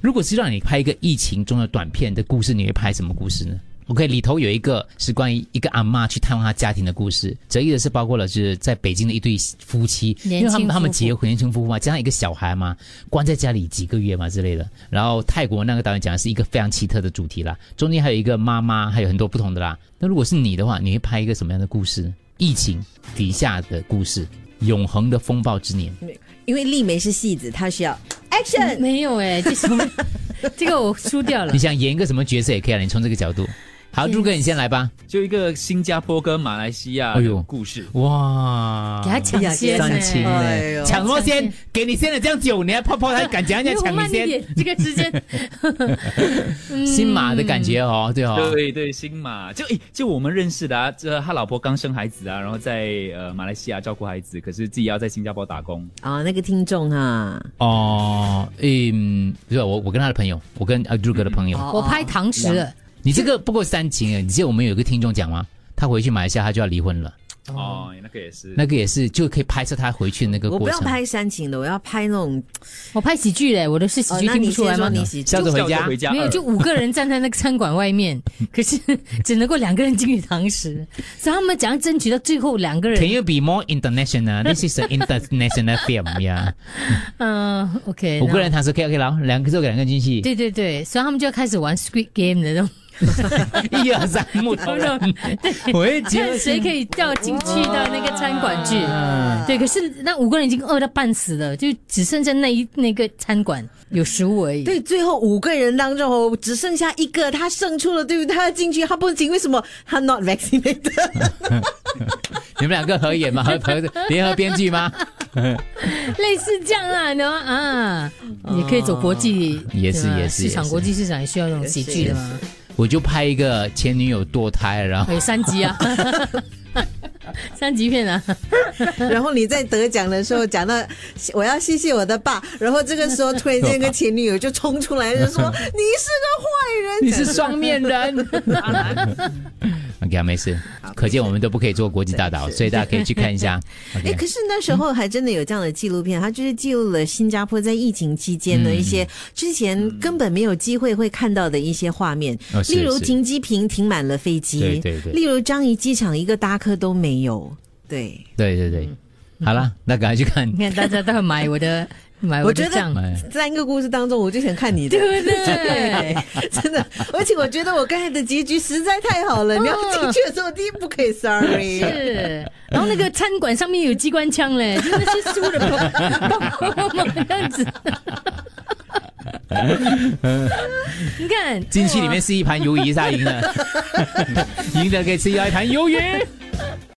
如果是让你拍一个疫情中的短片的故事，你会拍什么故事呢？OK，里头有一个是关于一个阿妈去探望她家庭的故事，折翼的是包括了就是在北京的一对夫妻，因为他年轻们他们夫妇结婚年轻夫妇嘛，加上一个小孩嘛，关在家里几个月嘛之类的。然后泰国那个导演讲的是一个非常奇特的主题啦，中间还有一个妈妈，还有很多不同的啦。那如果是你的话，你会拍一个什么样的故事？疫情底下的故事，永恒的风暴之年。因为丽梅是戏子，她需要 action。没有哎、这什么？这个我输掉了你。想演一个什么角色也可以啊，你从这个角度。好，朱哥，你先来吧。就一个新加坡跟马来西亚哎呦的故事。哇，给他抢先三呢千哎呢，呦抢我抢先先，给你先了这样久，你还泡泡还敢讲人家没有抢慢你一先，点，这个之间嗯新马的感觉哦，对哦，对对，新马就诶就我们认识的啊，这他老婆刚生孩子啊，然后在呃马来西亚照顾孩子，可是自己要在新加坡打工。啊、那个听众哈，哦，嗯，对吧？我我跟他的朋友，我跟呃朱哥的朋友，哦我拍堂食了，你这个不够煽情啊！你记得我们有一个听众讲吗？他回去马来西亚，他就要离婚了，哦，那个也是。那个也是就可以拍摄他回去的那个我不过要程。拍煽情的，我要拍那种。我拍喜剧嘞，我的是喜哦，剧那听不你出先来说吗？你喜剧笑着回笑家着回家没有，二就五个人站在那个餐馆外面，可是只能够两个人进去堂食，所以他们怎样争取到最后两个 Can 人？ you be more international? This is an international film, yeah. 嗯、o k 五个人，他说 OK OK 了，两个就两个进去，对对对，所以他们就要开始玩 Squid Game 的那种，一二三，木 头人，我会觉看得谁可以掉进去到那个餐馆去。嗯啊对，可是那五个人已经饿到半死了，就只剩下那一那个餐馆有食物而已。对，最后五个人当中哦，只剩下一个，他胜出了，对不对？他要进去，他不行，为什么他 not vaccinated？ 你们两个合演吗？合合联合编剧 吗？类似这样啦，你知道吗？啊，哦也可以走国际，也是对吧也是市也场是国际市场也需要那种喜剧的嘛，我就拍一个前女友堕胎，然后有三级 啊，三级片啊，然后你在得奖的时候讲到我要谢谢我的爸，然后这个时候突然间一个前女友就冲出 来就说你是个坏人，你是双面人。OK，啊没事，可见我们都不可以做国际大导，所以大家可以去看一 下。哎， OK，可是那时候还真的有这样的纪录片，它就是记录了新加坡在疫情期间嗯的一些之前根本没有机会会看到的一些画面，哦是例如是停机坪停满了飞机，对对对例如樟宜机场一个搭客都没有，对。对对对，嗯好了，那赶快去看你。看大家都会买我的买我我的觉得酱，哎三个故事当中，我就想看你 的，对 不对？真的。而且我觉得我刚才的结局实在太好了。你要进去的时候，第一 不可以 sorry。是，然后那个餐馆上面有机关枪嘞，就那些输的 砰砰砰砰这样子。 你看， 进 去里面是一盘鱿鱼，他赢了，赢的可以吃一盘鱿鱼。